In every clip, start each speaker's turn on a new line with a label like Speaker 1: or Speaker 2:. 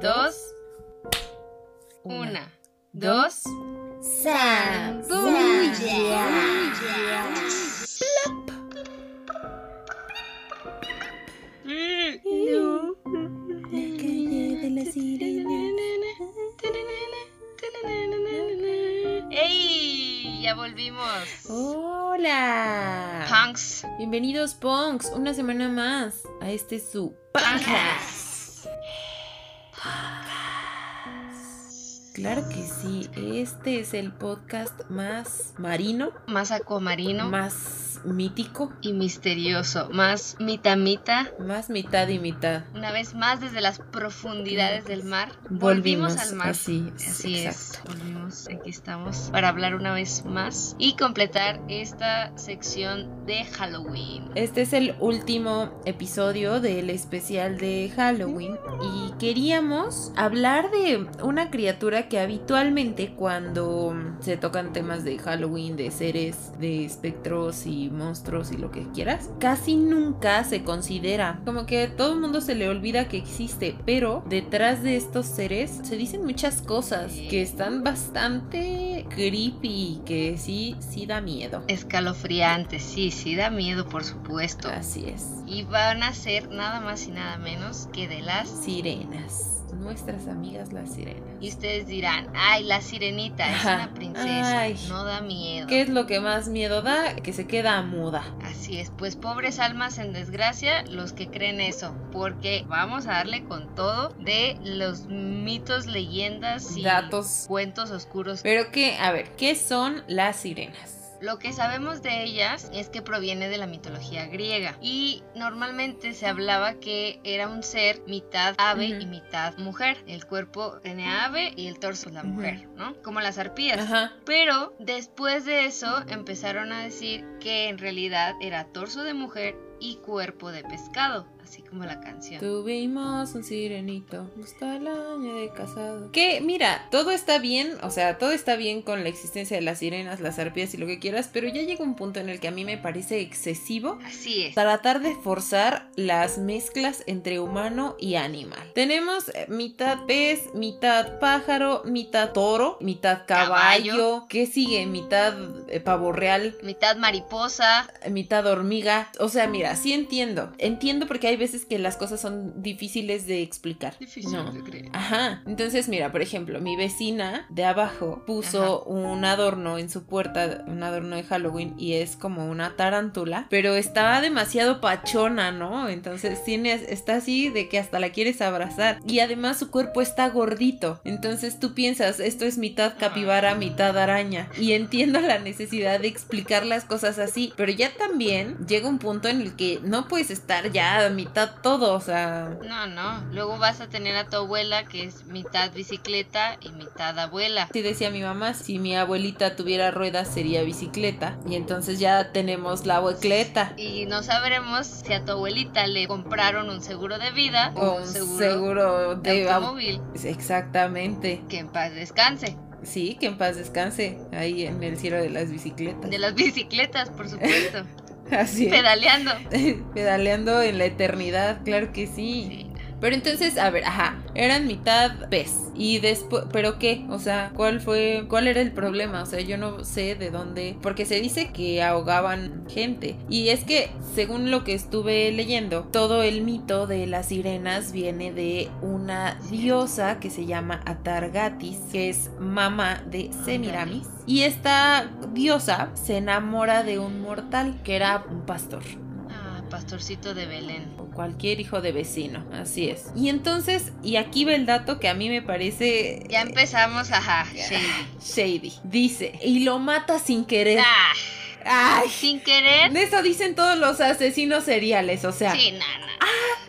Speaker 1: dos, una, dos.
Speaker 2: ¡Zambulla! La calle de la sirena.
Speaker 1: ¡Ey! Ya volvimos.
Speaker 2: ¡Hola!
Speaker 1: Punks.
Speaker 2: Bienvenidos, Punks, una semana más a este su
Speaker 1: Punkas.
Speaker 2: Claro que sí, este es el podcast más marino,
Speaker 1: Más acuamarino.
Speaker 2: más mítico,
Speaker 1: y misterioso. Más mitamita.
Speaker 2: más mitad y mitad.
Speaker 1: Una vez más desde las profundidades del mar.
Speaker 2: Volvimos,
Speaker 1: al mar.
Speaker 2: Así, es,
Speaker 1: Así es,
Speaker 2: exacto.
Speaker 1: volvimos, aquí estamos para hablar una vez más y completar esta sección de Halloween.
Speaker 2: Este es el último episodio del especial de Halloween y queríamos hablar de una criatura que habitualmente cuando se tocan temas de Halloween, de seres, de espectros y monstruos y lo que quieras, casi nunca se considera. Como que a todo el mundo se le olvida que existe, pero detrás de estos seres se dicen muchas cosas que están bastante creepy, que sí, sí da miedo.
Speaker 1: Escalofriante, sí, sí, da miedo, por supuesto.
Speaker 2: Así es.
Speaker 1: Y van a ser nada más y nada menos que de las...
Speaker 2: sirenas. Nuestras amigas las sirenas.
Speaker 1: Y ustedes dirán, ay, la sirenita es
Speaker 2: Ajá.
Speaker 1: una princesa,
Speaker 2: Ay.
Speaker 1: no da miedo.
Speaker 2: ¿Qué es lo que más miedo da? Que se queda muda.
Speaker 1: Así es, pues pobres almas en desgracia los que creen eso, porque vamos a darle con todo de los mitos, leyendas y
Speaker 2: Datos.
Speaker 1: cuentos oscuros
Speaker 2: Pero que, a ver, ¿qué son las sirenas?
Speaker 1: Lo que sabemos de ellas es que proviene de la mitología griega y normalmente se hablaba que era un ser mitad ave
Speaker 2: Ujú.
Speaker 1: y mitad mujer. El cuerpo tenía ave y el torso la
Speaker 2: Ujú.
Speaker 1: mujer, ¿no? Como las arpías.
Speaker 2: Ajá.
Speaker 1: Pero después de eso empezaron a decir que en realidad era torso de mujer y cuerpo de pescado, así como la canción.
Speaker 2: Tuvimos un sirenito hasta el año de casado. Que mira, todo está bien, o sea, todo está bien con la existencia de las sirenas, las arpías y lo que quieras, pero ya llega un punto en el que a mí me parece excesivo
Speaker 1: Así es.
Speaker 2: tratar de forzar las mezclas entre humano y animal. Tenemos eh, mitad pez, mitad pájaro, mitad toro, mitad caballo.
Speaker 1: Caballo.
Speaker 2: ¿Qué sigue? Mitad eh, pavo real.
Speaker 1: Mitad mariposa,
Speaker 2: eh, Mitad hormiga. O sea, mira, sí entiendo. Entiendo porque hay veces que las cosas son difíciles de explicar.
Speaker 1: difícil
Speaker 2: No.
Speaker 1: de creer.
Speaker 2: Ajá. Entonces, mira, por ejemplo, mi vecina de abajo puso un adorno en su puerta, un adorno de Halloween, y es como una tarántula, pero está demasiado pachona, ¿no? Entonces tiene, está así de que hasta la quieres abrazar. Y además su cuerpo está gordito. Entonces tú piensas, esto es mitad capibara, mitad araña. Y entiendo la necesidad de explicar las cosas así, pero ya también llega un punto en el que no puedes estar ya a mitad todo, o sea.
Speaker 1: No, no. Luego vas a tener a tu abuela que es mitad bicicleta y mitad abuela.
Speaker 2: Sí decía mi mamá, si mi abuelita tuviera ruedas sería bicicleta. Y entonces ya tenemos la huecleta.
Speaker 1: Y no sabremos si a tu abuelita le compraron un seguro de vida o un seguro, de
Speaker 2: de auto.
Speaker 1: automóvil.
Speaker 2: Exactamente.
Speaker 1: Que en paz descanse.
Speaker 2: Sí, que en paz descanse. Ahí en el cielo de las bicicletas.
Speaker 1: De las bicicletas, por supuesto.
Speaker 2: Así es.
Speaker 1: Pedaleando.
Speaker 2: Pedaleando en la eternidad, claro que sí.
Speaker 1: Sí.
Speaker 2: Pero entonces, a ver, ajá, eran mitad pez. Y después, ¿pero qué? O sea, ¿cuál fue, cuál era el problema? O sea, yo no sé de dónde, porque se dice que ahogaban gente. Y es que, según lo que estuve leyendo, todo el mito de las sirenas viene de una diosa que se llama Atargatis, que es mamá de Semiramis. Y esta diosa se enamora de un mortal que era un pastor
Speaker 1: Ah, pastorcito de Belén.
Speaker 2: o cualquier hijo de vecino, así es. Y entonces, y aquí va el dato que a mí me parece
Speaker 1: Ya empezamos, ajá.
Speaker 2: Ya.
Speaker 1: shady.
Speaker 2: shady. Dice, y lo mata sin querer.
Speaker 1: Ah,
Speaker 2: Ay,
Speaker 1: sin querer.
Speaker 2: de eso dicen todos los asesinos seriales, o sea, ah.
Speaker 1: Sí, nada.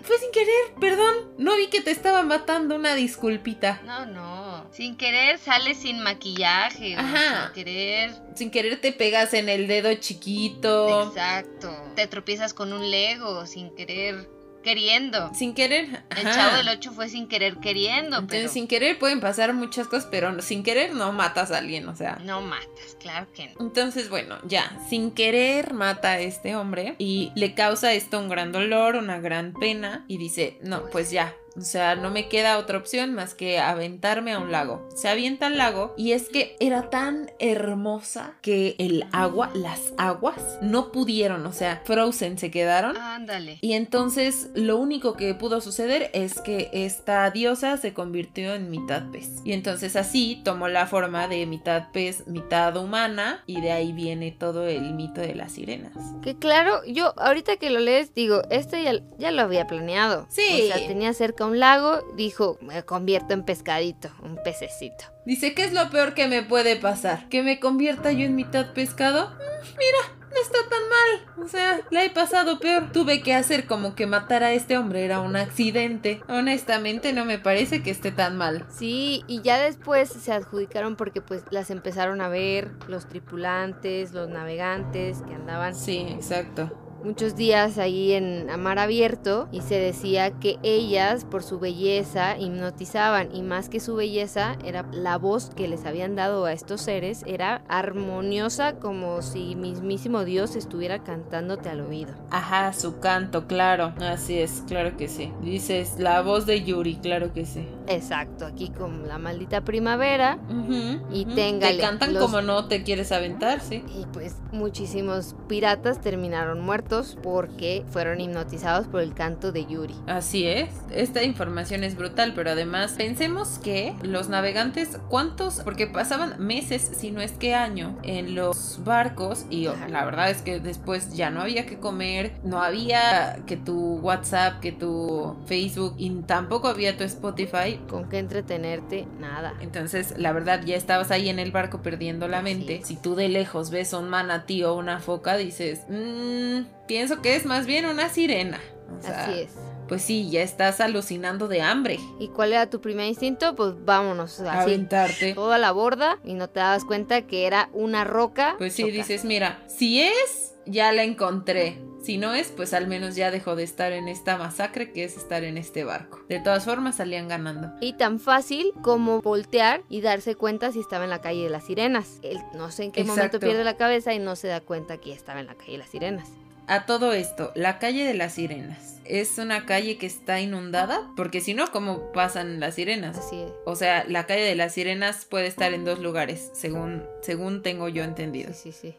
Speaker 2: fue sin querer, perdón, no vi que te estaba matando, una disculpita.
Speaker 1: No, no. Sin querer sale sin maquillaje. o
Speaker 2: Ajá.
Speaker 1: Sin querer
Speaker 2: Sin querer te pegas en el dedo chiquito.
Speaker 1: Exacto. Te tropiezas con un Lego sin querer, queriendo.
Speaker 2: Sin querer.
Speaker 1: El
Speaker 2: ajá.
Speaker 1: chavo del 8 fue sin querer, queriendo,
Speaker 2: Entonces,
Speaker 1: pero
Speaker 2: sin querer pueden pasar muchas cosas, pero sin querer no matas a alguien, o sea.
Speaker 1: no matas, claro que no.
Speaker 2: Entonces, bueno, ya, sin querer mata a este hombre y le causa esto un gran dolor, una gran pena y dice, no, pues ya, O sea, no me queda otra opción más que aventarme a un lago. Se avienta al lago y es que era tan hermosa que el agua, las aguas, no pudieron, o sea, frozen se quedaron.
Speaker 3: Ándale.
Speaker 2: Y entonces lo único que pudo suceder es que esta diosa se convirtió en mitad pez. Y entonces así tomó la forma de mitad pez, mitad humana y de ahí viene todo el mito de las sirenas.
Speaker 1: Que claro, yo ahorita que lo lees digo, esto ya, ya lo había planeado.
Speaker 2: Sí.
Speaker 1: O sea, tenía cerca un lago, dijo, me convierto en pescadito, un pececito.
Speaker 2: Dice, ¿qué es lo peor que me puede pasar? ¿Que me convierta yo en mitad pescado? Mm, mira, no está tan mal. O sea, la he pasado peor. Tuve que hacer como que matar a este hombre era un accidente. Honestamente, no me parece que esté tan mal.
Speaker 1: Sí, y ya después se adjudicaron porque pues las empezaron a ver los tripulantes, los navegantes que andaban
Speaker 2: Sí, exacto.
Speaker 1: muchos días ahí en a mar abierto y se decía que ellas por su belleza hipnotizaban y más que su belleza era la voz que les habían dado a estos seres era armoniosa como si mismísimo Dios estuviera cantándote al oído.
Speaker 2: Ajá, su canto, claro. Así es, claro que sí. Dices, la voz de Yuri, claro que sí.
Speaker 1: Exacto, aquí con la maldita primavera
Speaker 2: Ujú,
Speaker 1: Y
Speaker 2: ujú.
Speaker 1: téngale
Speaker 2: Te cantan
Speaker 1: los-
Speaker 2: como no te quieres aventar, sí.
Speaker 1: Y pues muchísimos piratas terminaron muertos porque fueron hipnotizados por el canto de Yuri.
Speaker 2: Así es, esta información es brutal, pero además pensemos que los navegantes, ¿cuántos? Porque pasaban meses, si no es que año, en los barcos y oh,
Speaker 1: Ajá.
Speaker 2: la verdad es que después ya no había que comer, no había que tu WhatsApp, que tu Facebook y tampoco había tu Spotify.
Speaker 1: ¿Con qué entretenerte? Nada.
Speaker 2: Entonces, la verdad, ya estabas ahí en el barco perdiendo la
Speaker 1: Así
Speaker 2: mente.
Speaker 1: es.
Speaker 2: Si tú de lejos ves a un manatí o una foca, dices, "Mm, pienso que es más bien una sirena. O sea,
Speaker 1: Así es.
Speaker 2: Pues sí, ya estás alucinando de hambre.
Speaker 1: ¿Y cuál era tu primer instinto? Pues vámonos así.
Speaker 2: aventarte.
Speaker 1: Toda la borda y no te dabas cuenta que era una roca.
Speaker 2: Pues sí,
Speaker 1: chocar.
Speaker 2: dices, mira, si es, ya la encontré. Si no es, pues al menos ya dejó de estar en esta masacre que es estar en este barco. De todas formas, salían ganando.
Speaker 1: Y tan fácil como voltear y darse cuenta si estaba en la calle de las sirenas. Él no sé en qué momento
Speaker 2: Exacto.
Speaker 1: pierde la cabeza y no se da cuenta que estaba en la calle de las sirenas.
Speaker 2: A todo esto, la calle de las sirenas. Es una calle que está inundada, porque si no, ¿cómo pasan las sirenas?
Speaker 1: Así es.
Speaker 2: O sea, la calle de las sirenas puede estar en dos lugares, según, según tengo yo entendido.
Speaker 1: Sí, sí, sí.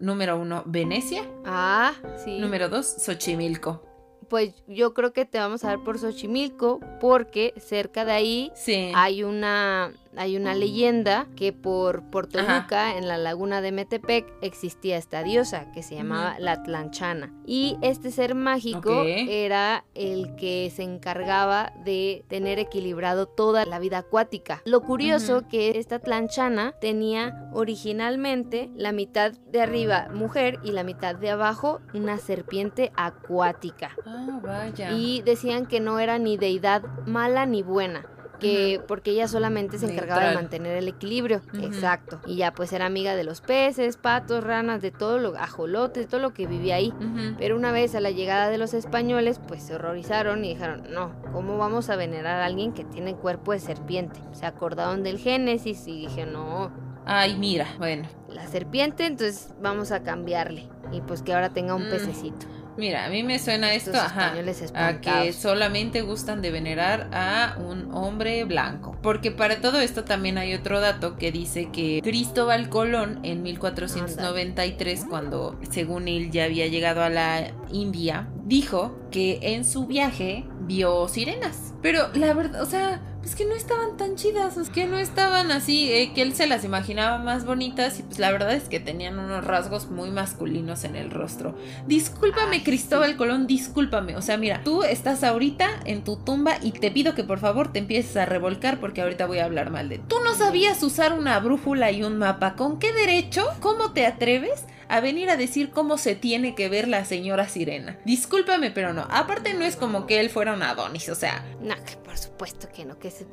Speaker 2: Número uno, Venecia.
Speaker 1: Ah, sí.
Speaker 2: Número dos, Xochimilco.
Speaker 1: Pues yo creo que te vamos a dar por Xochimilco porque cerca de ahí
Speaker 2: Sí.
Speaker 1: hay una hay una leyenda que por Puerto
Speaker 2: Ajá.
Speaker 1: Luca, en la laguna de Metepec, existía esta diosa que se llamaba
Speaker 2: Ujú.
Speaker 1: la Tlanchana. Y este ser mágico
Speaker 2: Ok.
Speaker 1: era el que se encargaba de tener equilibrado toda la vida acuática. Lo curioso
Speaker 2: Ujú.
Speaker 1: que esta Tlanchana tenía originalmente la mitad de arriba mujer y la mitad de abajo una serpiente acuática.
Speaker 2: Ah, vaya.
Speaker 1: Y decían que no era ni deidad mala ni buena. Que porque ella solamente se encargaba de
Speaker 2: Neutral.
Speaker 1: mantener el equilibrio.
Speaker 2: Ujú.
Speaker 1: Exacto. Y ya pues era amiga de los peces, patos, ranas, de todo lo, ajolotes, todo lo que vivía ahí.
Speaker 2: Ujú.
Speaker 1: Pero una vez a la llegada de los españoles, pues se horrorizaron y dijeron, no, ¿cómo vamos a venerar a alguien que tiene cuerpo de serpiente? Se acordaron del Génesis y dije, no,
Speaker 2: Ay, mira, bueno.
Speaker 1: la serpiente, entonces vamos a cambiarle. Y pues que ahora tenga un
Speaker 2: Mm.
Speaker 1: pececito.
Speaker 2: Mira, a mí me suena esto,
Speaker 1: Estos
Speaker 2: ajá,
Speaker 1: españoles
Speaker 2: a que
Speaker 1: espantados.
Speaker 2: solamente gustan de venerar a un hombre blanco. Porque para todo esto también hay otro dato que dice que Cristóbal Colón en 1493, cuando según él ya había llegado a la India, dijo que en su viaje vio sirenas. Pero la verdad, o sea, pues que no estaban tan chidas, es que no estaban así, eh, que él se las imaginaba más bonitas y pues la verdad es que tenían unos rasgos muy masculinos en el rostro. Discúlpame,
Speaker 1: Ay,
Speaker 2: Cristóbal
Speaker 1: sí.
Speaker 2: Colón, discúlpame. O sea, mira, tú estás ahorita en tu tumba y te pido que por favor te empieces a revolcar porque ahorita voy a hablar mal de ti. Tú no sabías usar una brújula y un mapa. ¿Con qué derecho? ¿Cómo te atreves? A venir a decir cómo se tiene que ver la señora sirena. Discúlpame, pero no. Aparte, no es como que él fuera un Adonis, o sea.
Speaker 1: No, que por supuesto que no, que se-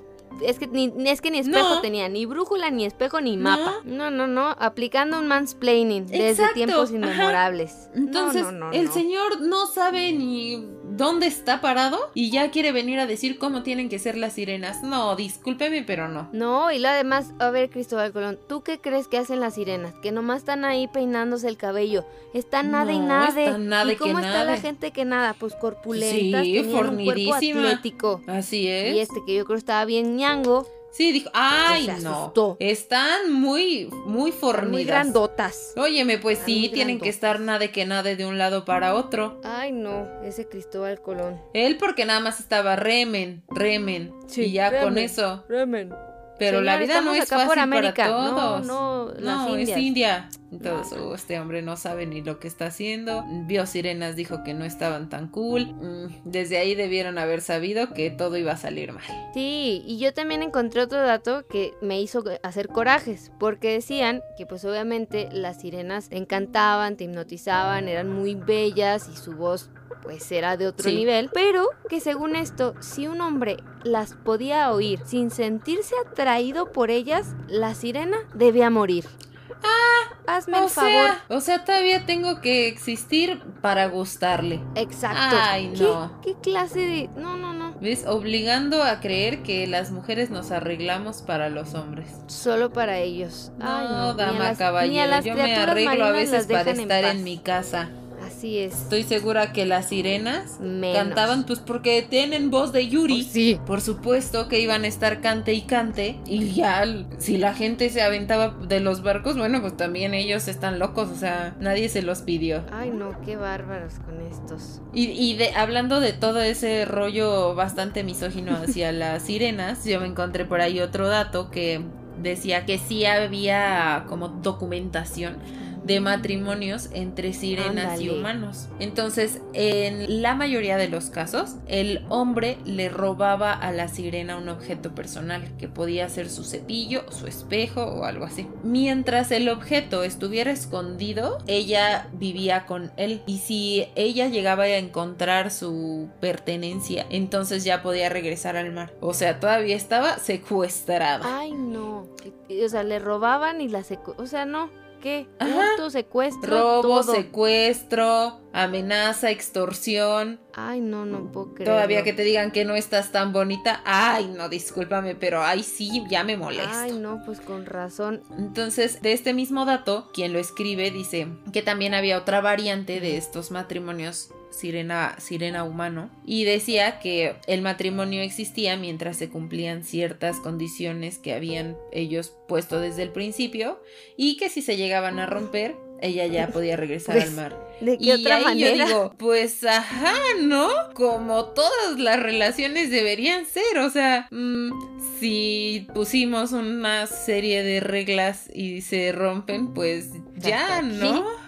Speaker 1: es que ni, ni- es que ni espejo
Speaker 2: No.
Speaker 1: tenía, ni brújula, ni espejo, ni mapa. No, no, no, aplicando un mansplaining desde
Speaker 2: Exacto,
Speaker 1: tiempos
Speaker 2: ajá.
Speaker 1: inmemorables. No,
Speaker 2: Entonces,
Speaker 1: no, no,
Speaker 2: el
Speaker 1: no.
Speaker 2: señor no sabe ni dónde está parado y ya quiere venir a decir cómo tienen que ser las sirenas. No, discúlpeme, pero no.
Speaker 1: No, y lo además, a ver, Cristóbal Colón, ¿tú qué crees que hacen las sirenas? Que nomás están ahí peinándose el cabello. Están nada y
Speaker 2: No,
Speaker 1: nada.
Speaker 2: están nada
Speaker 1: ¿Y
Speaker 2: que
Speaker 1: cómo está la
Speaker 2: nada.
Speaker 1: gente que nada? Pues corpulentas,
Speaker 2: Sí,
Speaker 1: tenían un cuerpo
Speaker 2: fornidísima.
Speaker 1: atlético.
Speaker 2: Así es.
Speaker 1: Y este que yo creo estaba bien ñango,
Speaker 2: Sí, dijo, ay,
Speaker 1: Se
Speaker 2: no.
Speaker 1: asustó.
Speaker 2: Están muy, muy fornidas.
Speaker 1: muy grandotas.
Speaker 2: Óyeme, pues
Speaker 1: Están muy
Speaker 2: sí, tienen que
Speaker 1: grandotas.
Speaker 2: estar nada de que nada de un lado para otro.
Speaker 1: Ay, no, ese Cristóbal Colón.
Speaker 2: Él porque nada más estaba remen, remen.
Speaker 1: Sí,
Speaker 2: y ya con
Speaker 1: remen.
Speaker 2: eso.
Speaker 1: Remen.
Speaker 2: Pero la
Speaker 1: Señor,
Speaker 2: vida no
Speaker 1: estamos
Speaker 2: es
Speaker 1: acá
Speaker 2: fácil
Speaker 1: por América.
Speaker 2: para todos.
Speaker 1: No, no, las
Speaker 2: No,
Speaker 1: indias.
Speaker 2: es India. Entonces, "Uh, este hombre no sabe ni lo que está haciendo. Vio sirenas, dijo que no estaban tan cool. Mm, Desde ahí debieron haber sabido que todo iba a salir mal.
Speaker 1: Sí, y yo también encontré otro dato que me hizo hacer corajes, porque decían que pues obviamente las sirenas te encantaban, te hipnotizaban, eran muy bellas y su voz pues era de otro
Speaker 2: Sí.
Speaker 1: nivel, pero que según esto, si un hombre las podía oír sin sentirse atraído por ellas, la sirena debía morir. Ah, hazme
Speaker 2: O
Speaker 1: el favor.
Speaker 2: sea, o sea, todavía tengo que existir para gustarle.
Speaker 1: Exacto.
Speaker 2: Ay,
Speaker 1: ¿Qué-
Speaker 2: no.
Speaker 1: ¿Qué clase de No, no, no.
Speaker 2: ¿Ves? Obligando a creer que las mujeres nos arreglamos para los hombres.
Speaker 1: Solo para ellos. Ay,
Speaker 2: no,
Speaker 1: no, ni a
Speaker 2: dama
Speaker 1: las- ni a
Speaker 2: caballero,
Speaker 1: las
Speaker 2: yo me
Speaker 1: criaturas
Speaker 2: arreglo a
Speaker 1: marinas
Speaker 2: veces
Speaker 1: las
Speaker 2: para
Speaker 1: dejan
Speaker 2: estar en,
Speaker 1: paz.
Speaker 2: mi casa.
Speaker 1: Así es.
Speaker 2: Estoy segura que las sirenas
Speaker 1: Menos. Pues
Speaker 2: cantaban pues porque tienen voz de Yuri.
Speaker 1: Sí.
Speaker 2: Por supuesto que iban a estar cante y cante. Y ya, l- si la gente se aventaba de los barcos, bueno, pues también ellos están locos, o sea, nadie se los pidió.
Speaker 1: Ay, no, qué bárbaros con estos.
Speaker 2: Y, y de, hablando de todo ese rollo bastante misógino hacia las sirenas, yo me encontré por ahí otro dato que decía que sí había como documentación de matrimonios entre sirenas y
Speaker 1: Ándale.
Speaker 2: humanos. Entonces, en la mayoría de los casos, el hombre le robaba a la sirena un objeto personal, que podía ser su cepillo, su espejo o algo así. Mientras el objeto estuviera escondido, ella vivía con él y si ella llegaba a encontrar su pertenencia, entonces ya podía regresar al mar. O sea, todavía estaba secuestrada.
Speaker 1: Ay, no. O sea, le robaban y la secu... O sea, no. ¿Qué?
Speaker 2: Ajá.
Speaker 1: Hurto, secuestro,
Speaker 2: Robo,
Speaker 1: todo.
Speaker 2: secuestro, amenaza, extorsión.
Speaker 1: Ay, no, no puedo creer.
Speaker 2: Todavía que te digan que no estás tan bonita. Ay, no, discúlpame, pero ay sí, ya me molesto.
Speaker 1: Ay, no, pues con razón.
Speaker 2: Entonces, de este mismo dato, quien lo escribe dice que también había otra variante de estos matrimonios sirena sirena humano y decía que el matrimonio existía mientras se cumplían ciertas condiciones que habían ellos puesto desde el principio y que si se llegaban a romper ella ya podía regresar
Speaker 1: Pues,
Speaker 2: al mar.
Speaker 1: ¿De qué
Speaker 2: Y
Speaker 1: otra
Speaker 2: ahí yo
Speaker 1: manera?
Speaker 2: digo, pues ajá, ¿no? Como todas las relaciones deberían ser, o sea, mm, si pusimos una serie de reglas y se rompen, pues
Speaker 1: Hasta
Speaker 2: ya,
Speaker 1: aquí.
Speaker 2: ¿no?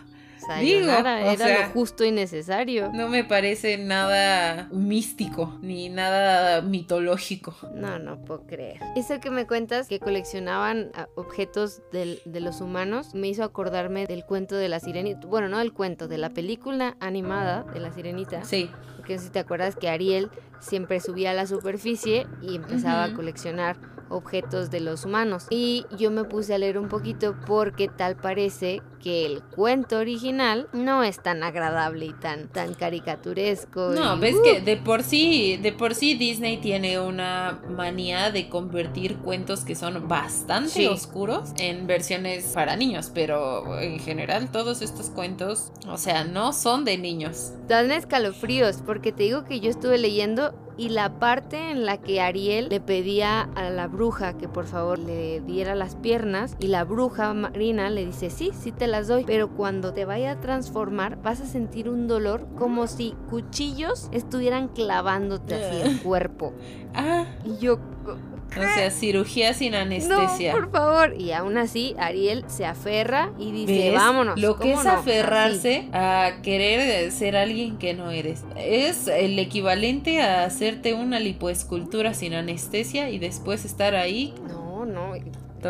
Speaker 1: digo,
Speaker 2: digo,
Speaker 1: era
Speaker 2: o
Speaker 1: lo
Speaker 2: sea-
Speaker 1: justo y necesario.
Speaker 2: No me parece nada místico ni nada mitológico.
Speaker 1: No, no puedo creer. Eso que me cuentas, que coleccionaban ah, objetos del- de los humanos, me hizo acordarme del cuento de la sirenita. Bueno, no del cuento, de la película animada de la sirenita.
Speaker 2: Sí,
Speaker 1: Porque no sé si te acuerdas que Ariel siempre subía a la superficie y empezaba a
Speaker 2: Ujú.
Speaker 1: coleccionar objetos de los humanos. Y yo me puse a leer un poquito porque tal parece que el cuento original no es tan agradable y tan, tan caricaturesco.
Speaker 2: No, pues
Speaker 1: y-
Speaker 2: ves
Speaker 1: ¡Uh!
Speaker 2: que de por sí, de por sí Disney tiene una manía de convertir cuentos que son bastante
Speaker 1: Sí.
Speaker 2: oscuros en versiones para niños, pero en general todos estos cuentos, o sea, no son de niños.
Speaker 1: Dan escalofríos porque te digo que yo estuve leyendo y la parte en la que Ariel le pedía a la bruja que por favor le diera las piernas y la bruja marina le dice sí, sí te las doy, pero cuando te vaya a transformar vas a sentir un dolor como si cuchillos estuvieran clavándote así el cuerpo.
Speaker 2: Ah,
Speaker 1: Y yo...
Speaker 2: o sea, cirugía sin anestesia.
Speaker 1: No, por favor. Y aún así, Ariel se aferra y dice,
Speaker 2: ¿Ves?
Speaker 1: vámonos.
Speaker 2: Lo que
Speaker 1: ¿cómo
Speaker 2: es
Speaker 1: no? Así.
Speaker 2: aferrarse a querer ser alguien que no eres. Es el equivalente a hacerte una lipoescultura sin anestesia y después estar ahí.
Speaker 1: No, no.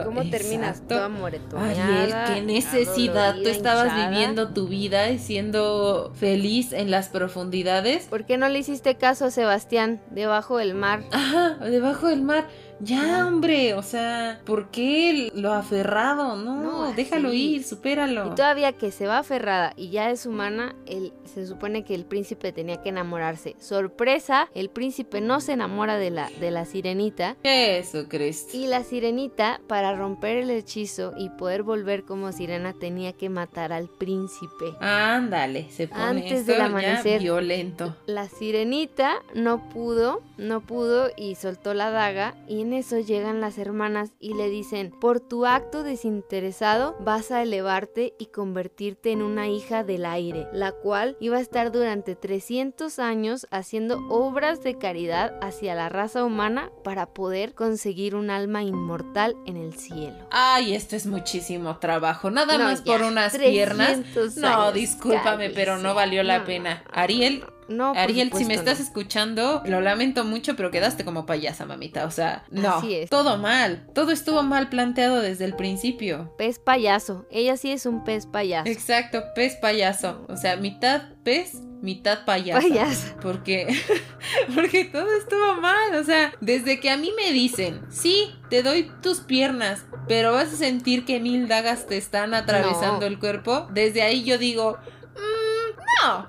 Speaker 1: ¿Cómo terminas?
Speaker 2: Exacto.
Speaker 1: Toda moretoneada.
Speaker 2: Ariel, qué necesidad. Tú
Speaker 1: adolorida,
Speaker 2: estabas
Speaker 1: hinchada.
Speaker 2: viviendo tu vida y siendo feliz en las profundidades.
Speaker 1: ¿Por qué no le hiciste caso a Sebastián debajo del mar?
Speaker 2: Ajá, debajo del mar. Ya, hombre, o sea, ¿por qué lo aferrado? No,
Speaker 1: No,
Speaker 2: déjalo
Speaker 1: sí.
Speaker 2: ir, supéralo.
Speaker 1: Y todavía que se va aferrada y ya es humana, él, se supone que el príncipe tenía que enamorarse. Sorpresa, el príncipe no se enamora de la, de la sirenita.
Speaker 2: Jesucristo.
Speaker 1: Y la sirenita, para romper el hechizo y poder volver como sirena, tenía que matar al príncipe.
Speaker 2: Ándale, se pone
Speaker 1: Antes
Speaker 2: esto
Speaker 1: del
Speaker 2: ya
Speaker 1: amanecer.
Speaker 2: violento.
Speaker 1: La sirenita no pudo, no pudo y soltó la daga y en eso llegan las hermanas y le dicen, por tu acto desinteresado vas a elevarte y convertirte en una hija del aire, la cual iba a estar durante 300 años haciendo obras de caridad hacia la raza humana para poder conseguir un alma inmortal en el cielo.
Speaker 2: Ay, esto es muchísimo trabajo. Nada
Speaker 1: No,
Speaker 2: más
Speaker 1: ya,
Speaker 2: por unas piernas.
Speaker 1: 300
Speaker 2: No,
Speaker 1: años,
Speaker 2: discúlpame, pero no valió la pena. Ariel,
Speaker 1: no, por
Speaker 2: Ariel, si me
Speaker 1: supuesto no.
Speaker 2: estás escuchando, lo lamento mucho, pero quedaste como payasa, mamita. O sea, no.
Speaker 1: Así es.
Speaker 2: Todo mal. Todo estuvo mal planteado desde el principio.
Speaker 1: Pez payaso, ella sí es un pez payaso.
Speaker 2: Exacto, pez payaso. O sea, mitad pez, mitad payasa.
Speaker 1: Payaso.
Speaker 2: Porque, porque todo estuvo mal. O sea, desde que a mí me dicen, sí, te doy tus piernas, pero vas a sentir que mil dagas te están atravesando
Speaker 1: No.
Speaker 2: el cuerpo, desde ahí yo digo, "Mm, no.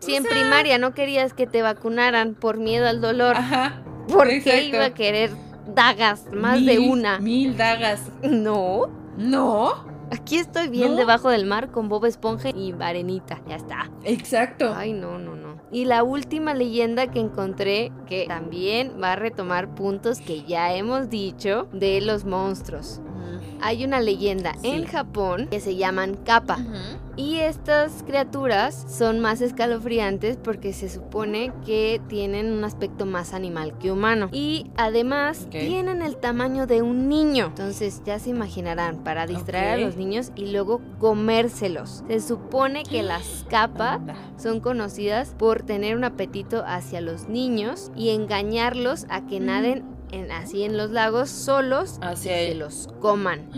Speaker 1: Si en primaria no querías que te vacunaran por miedo al dolor,
Speaker 2: Ajá.
Speaker 1: ¿por qué
Speaker 2: Ah, exacto.
Speaker 1: iba a querer dagas? Más de
Speaker 2: Mil-
Speaker 1: una.
Speaker 2: Mil dagas.
Speaker 1: No,
Speaker 2: No.
Speaker 1: aquí estoy bien
Speaker 2: No.
Speaker 1: debajo del mar con Bob Esponja y Arenita, ya está.
Speaker 2: Exacto.
Speaker 1: Ay, no, no, no. Y la última leyenda que encontré, que también va a retomar puntos que ya hemos dicho, de los monstruos. Hay una leyenda
Speaker 2: Sí.
Speaker 1: en Japón que se llaman kappa.
Speaker 2: Ujú.
Speaker 1: Y estas criaturas son más escalofriantes porque se supone que tienen un aspecto más animal que humano. Y además
Speaker 2: Ok.
Speaker 1: tienen el tamaño de un niño. Entonces ya se imaginarán para distraer
Speaker 2: Ok.
Speaker 1: a los niños y luego comérselos. Se supone que las capas
Speaker 2: Anda.
Speaker 1: son conocidas por tener un apetito hacia los niños y engañarlos a que
Speaker 2: Mm.
Speaker 1: naden en- así en los lagos solos y
Speaker 2: Hacia e-
Speaker 1: se
Speaker 2: él.
Speaker 1: los coman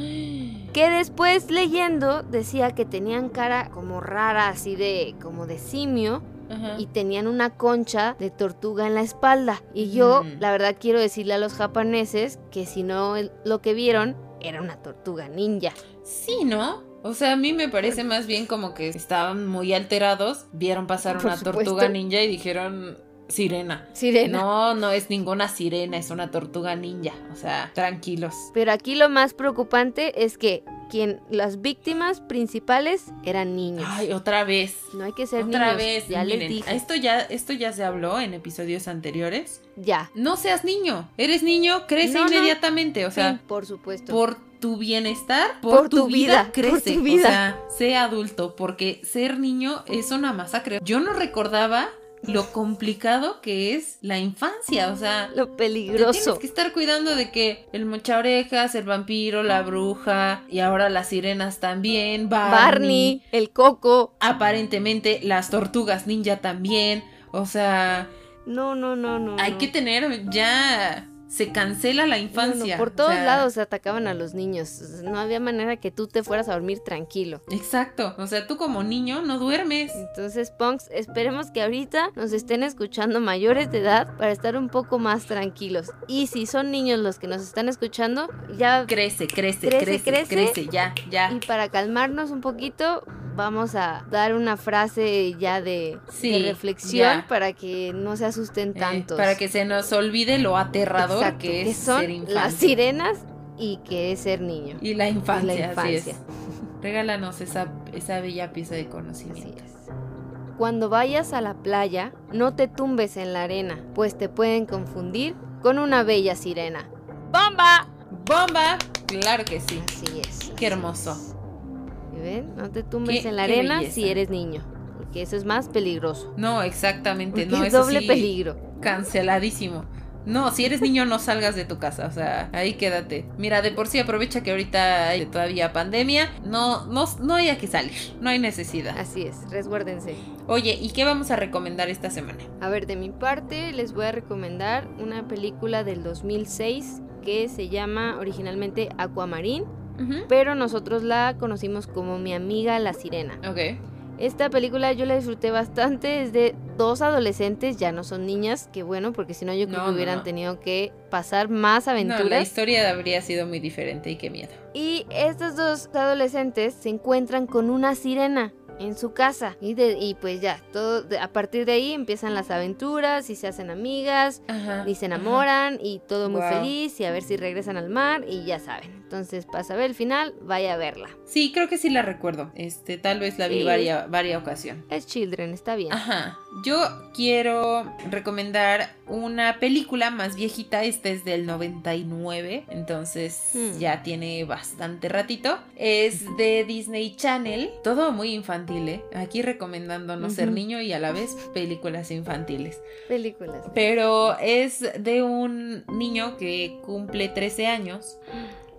Speaker 1: que después leyendo decía que tenían cara como rara, así de como de simio
Speaker 2: Ajá.
Speaker 1: y tenían una concha de tortuga en la espalda. Y yo,
Speaker 2: Mm.
Speaker 1: la verdad, quiero decirle a los japoneses que si no el- lo que vieron era una tortuga ninja.
Speaker 2: Sí, ¿no? O sea, a mí me parece más bien como que estaban muy alterados, vieron pasar
Speaker 1: Por
Speaker 2: una
Speaker 1: supuesto.
Speaker 2: tortuga ninja y dijeron sirena.
Speaker 1: Sirena.
Speaker 2: No, no es ninguna sirena, es una tortuga ninja. O sea, tranquilos.
Speaker 1: Pero aquí lo más preocupante es que quien las víctimas principales eran niños.
Speaker 2: Ay, otra vez.
Speaker 1: no hay que ser
Speaker 2: otra
Speaker 1: niños.
Speaker 2: vez.
Speaker 1: ya
Speaker 2: Miren,
Speaker 1: les dije.
Speaker 2: Esto ya, esto ya se habló en episodios anteriores.
Speaker 1: Ya.
Speaker 2: No seas niño. Eres niño, crece
Speaker 1: No, no.
Speaker 2: inmediatamente. O sea,
Speaker 1: Sí, por supuesto.
Speaker 2: por tu bienestar, por,
Speaker 1: Por
Speaker 2: tu,
Speaker 1: tu
Speaker 2: vida,
Speaker 1: vida,
Speaker 2: crece.
Speaker 1: por tu vida.
Speaker 2: O sea, sé adulto, porque ser niño es una masacre. Yo no recordaba lo complicado que es la infancia, o sea,
Speaker 1: lo
Speaker 2: te tienes
Speaker 1: peligroso.
Speaker 2: que estar cuidando de que el mocha orejas, el vampiro, la bruja y ahora las sirenas también, Barney,
Speaker 1: Barney, el coco.
Speaker 2: aparentemente las tortugas ninja también, o sea,
Speaker 1: No, no, no, no.
Speaker 2: hay
Speaker 1: no.
Speaker 2: que tener ya se cancela la
Speaker 1: No, no,
Speaker 2: infancia.
Speaker 1: por
Speaker 2: o
Speaker 1: todos
Speaker 2: sea,
Speaker 1: lados se atacaban a los niños. No había manera que tú te fueras a dormir tranquilo.
Speaker 2: Exacto, o sea, tú como niño no duermes.
Speaker 1: Entonces, Punks, esperemos que ahorita nos estén escuchando mayores de edad para estar un poco más tranquilos. Y si son niños los que nos están escuchando, ya...
Speaker 2: Crece, crece, crece,
Speaker 1: Crece,
Speaker 2: crece,
Speaker 1: crece.
Speaker 2: ya, ya.
Speaker 1: Y para calmarnos un poquito, vamos a dar una frase ya de,
Speaker 2: Sí,
Speaker 1: de reflexión
Speaker 2: ya.
Speaker 1: para que no se asusten
Speaker 2: Eh,
Speaker 1: tantos.
Speaker 2: para que se nos olvide lo aterrador
Speaker 1: Exacto,
Speaker 2: que es
Speaker 1: son
Speaker 2: ser
Speaker 1: las
Speaker 2: infante.
Speaker 1: sirenas y que es ser niño.
Speaker 2: Y la infancia,
Speaker 1: Y la
Speaker 2: así es.
Speaker 1: infancia.
Speaker 2: Regálanos esa, esa bella pieza de
Speaker 1: Así
Speaker 2: conocimiento.
Speaker 1: es. Cuando vayas a la playa, no te tumbes en la arena, pues te pueden confundir con una bella sirena.
Speaker 2: ¡Bomba! ¡Bomba! Claro que sí.
Speaker 1: Así es. así
Speaker 2: Qué hermoso.
Speaker 1: es. ¿Y ¿Ven? No te tumbes
Speaker 2: Qué-
Speaker 1: en la
Speaker 2: qué
Speaker 1: arena
Speaker 2: belleza.
Speaker 1: si eres niño, porque eso es más peligroso.
Speaker 2: No, exactamente,
Speaker 1: Porque
Speaker 2: no,
Speaker 1: es
Speaker 2: eso
Speaker 1: doble
Speaker 2: sí,
Speaker 1: peligro.
Speaker 2: canceladísimo. No, si eres niño no salgas de tu casa, o sea, ahí quédate. Mira, de por sí aprovecha que ahorita hay todavía pandemia, no, no, no hay a qué salir, no hay necesidad.
Speaker 1: Así es, resguárdense.
Speaker 2: Oye, ¿y qué vamos a recomendar esta semana?
Speaker 1: A ver, de mi parte les voy a recomendar una película del 2006 que se llama originalmente Aquamarine, pero nosotros la conocimos como Mi amiga la sirena.
Speaker 2: Ok.
Speaker 1: Esta película yo la disfruté bastante, es de dos adolescentes, ya no son niñas, que bueno, porque si no yo creo
Speaker 2: No,
Speaker 1: que
Speaker 2: no,
Speaker 1: hubieran
Speaker 2: no.
Speaker 1: tenido que pasar más aventuras.
Speaker 2: No, la historia habría sido muy diferente y qué miedo.
Speaker 1: Y estos dos adolescentes se encuentran con una sirena en su casa. Y, de- y pues ya, todo, de- a partir de ahí empiezan las aventuras y se hacen amigas
Speaker 2: Ajá.
Speaker 1: y se enamoran y todo muy
Speaker 2: Wow.
Speaker 1: feliz y a ver si regresan al mar y ya saben. Entonces, para saber el final, vaya a verla.
Speaker 2: Sí, creo que sí la recuerdo. Este, tal vez la vi
Speaker 1: Sí.
Speaker 2: varia, varia ocasión.
Speaker 1: Es Children, está bien.
Speaker 2: Ajá. Yo quiero recomendar una película más viejita. Esta es del 99. Entonces
Speaker 1: Hmm.
Speaker 2: ya tiene bastante ratito. Es de Disney Channel. Todo muy infantil, ¿eh? Aquí recomendando no ser
Speaker 1: Ujú.
Speaker 2: niño y a la vez películas infantiles.
Speaker 1: Películas.
Speaker 2: Pero es de un niño que cumple 13 años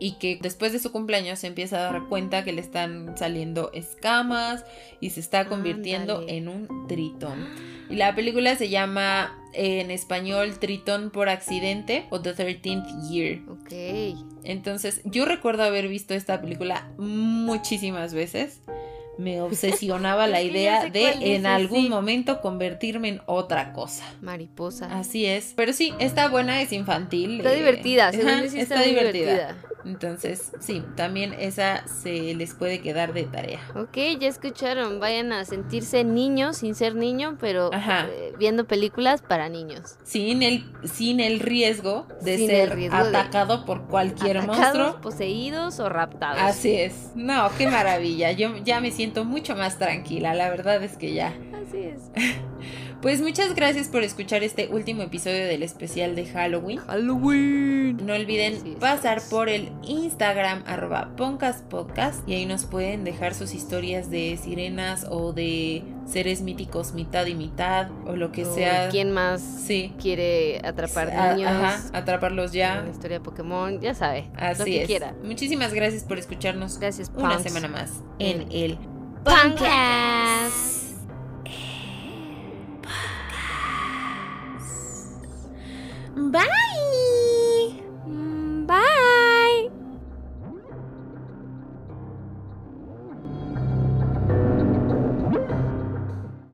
Speaker 2: y que después de su cumpleaños se empieza a dar cuenta que le están saliendo escamas y se está convirtiendo
Speaker 1: Ándale.
Speaker 2: en un tritón. Y la película se llama eh, en español Tritón por accidente o The 13th Year.
Speaker 1: Ok.
Speaker 2: Entonces, yo recuerdo haber visto esta película muchísimas veces. Me obsesionaba la
Speaker 1: Es que ya
Speaker 2: idea
Speaker 1: sé
Speaker 2: de
Speaker 1: cuál dices,
Speaker 2: en algún
Speaker 1: sí.
Speaker 2: momento convertirme en otra cosa.
Speaker 1: Mariposa.
Speaker 2: Así es. Pero sí, está buena, es infantil.
Speaker 1: Está
Speaker 2: eh,
Speaker 1: divertida, según
Speaker 2: ajá,
Speaker 1: yo sí está, muy divertida.
Speaker 2: Entonces, sí, también esa se les puede quedar de tarea.
Speaker 1: Ok, ya escucharon, vayan a sentirse niños sin ser niño, pero
Speaker 2: Ajá.
Speaker 1: eh, viendo películas para niños.
Speaker 2: Sin el, sin el riesgo de
Speaker 1: Sin el
Speaker 2: ser
Speaker 1: riesgo de-
Speaker 2: atacado por cualquier
Speaker 1: Atacados,
Speaker 2: monstruo. Ah,
Speaker 1: poseídos o raptados.
Speaker 2: Así es. No, qué maravilla. Yo ya me siento mucho más tranquila. La verdad es que ya.
Speaker 1: Así es.
Speaker 2: Pues muchas gracias por escuchar este último episodio del especial de Halloween.
Speaker 1: Halloween.
Speaker 2: No olviden
Speaker 1: Así es,
Speaker 2: pasar
Speaker 1: amigos.
Speaker 2: por el Instagram arroba poncaspodcast y ahí nos pueden dejar sus historias de sirenas o de seres míticos mitad y mitad o lo que sea.
Speaker 1: ¿Quién más
Speaker 2: Sí.
Speaker 1: quiere atrapar
Speaker 2: A-
Speaker 1: niños?
Speaker 2: ajá, atraparlos ya.
Speaker 1: Una historia Pokémon, ya sabe.
Speaker 2: Así
Speaker 1: lo que
Speaker 2: es.
Speaker 1: quiera.
Speaker 2: Muchísimas gracias por escucharnos
Speaker 1: Gracias,
Speaker 2: una
Speaker 1: punks.
Speaker 2: semana más en el
Speaker 1: Punkas.
Speaker 2: Bye.
Speaker 1: Mm,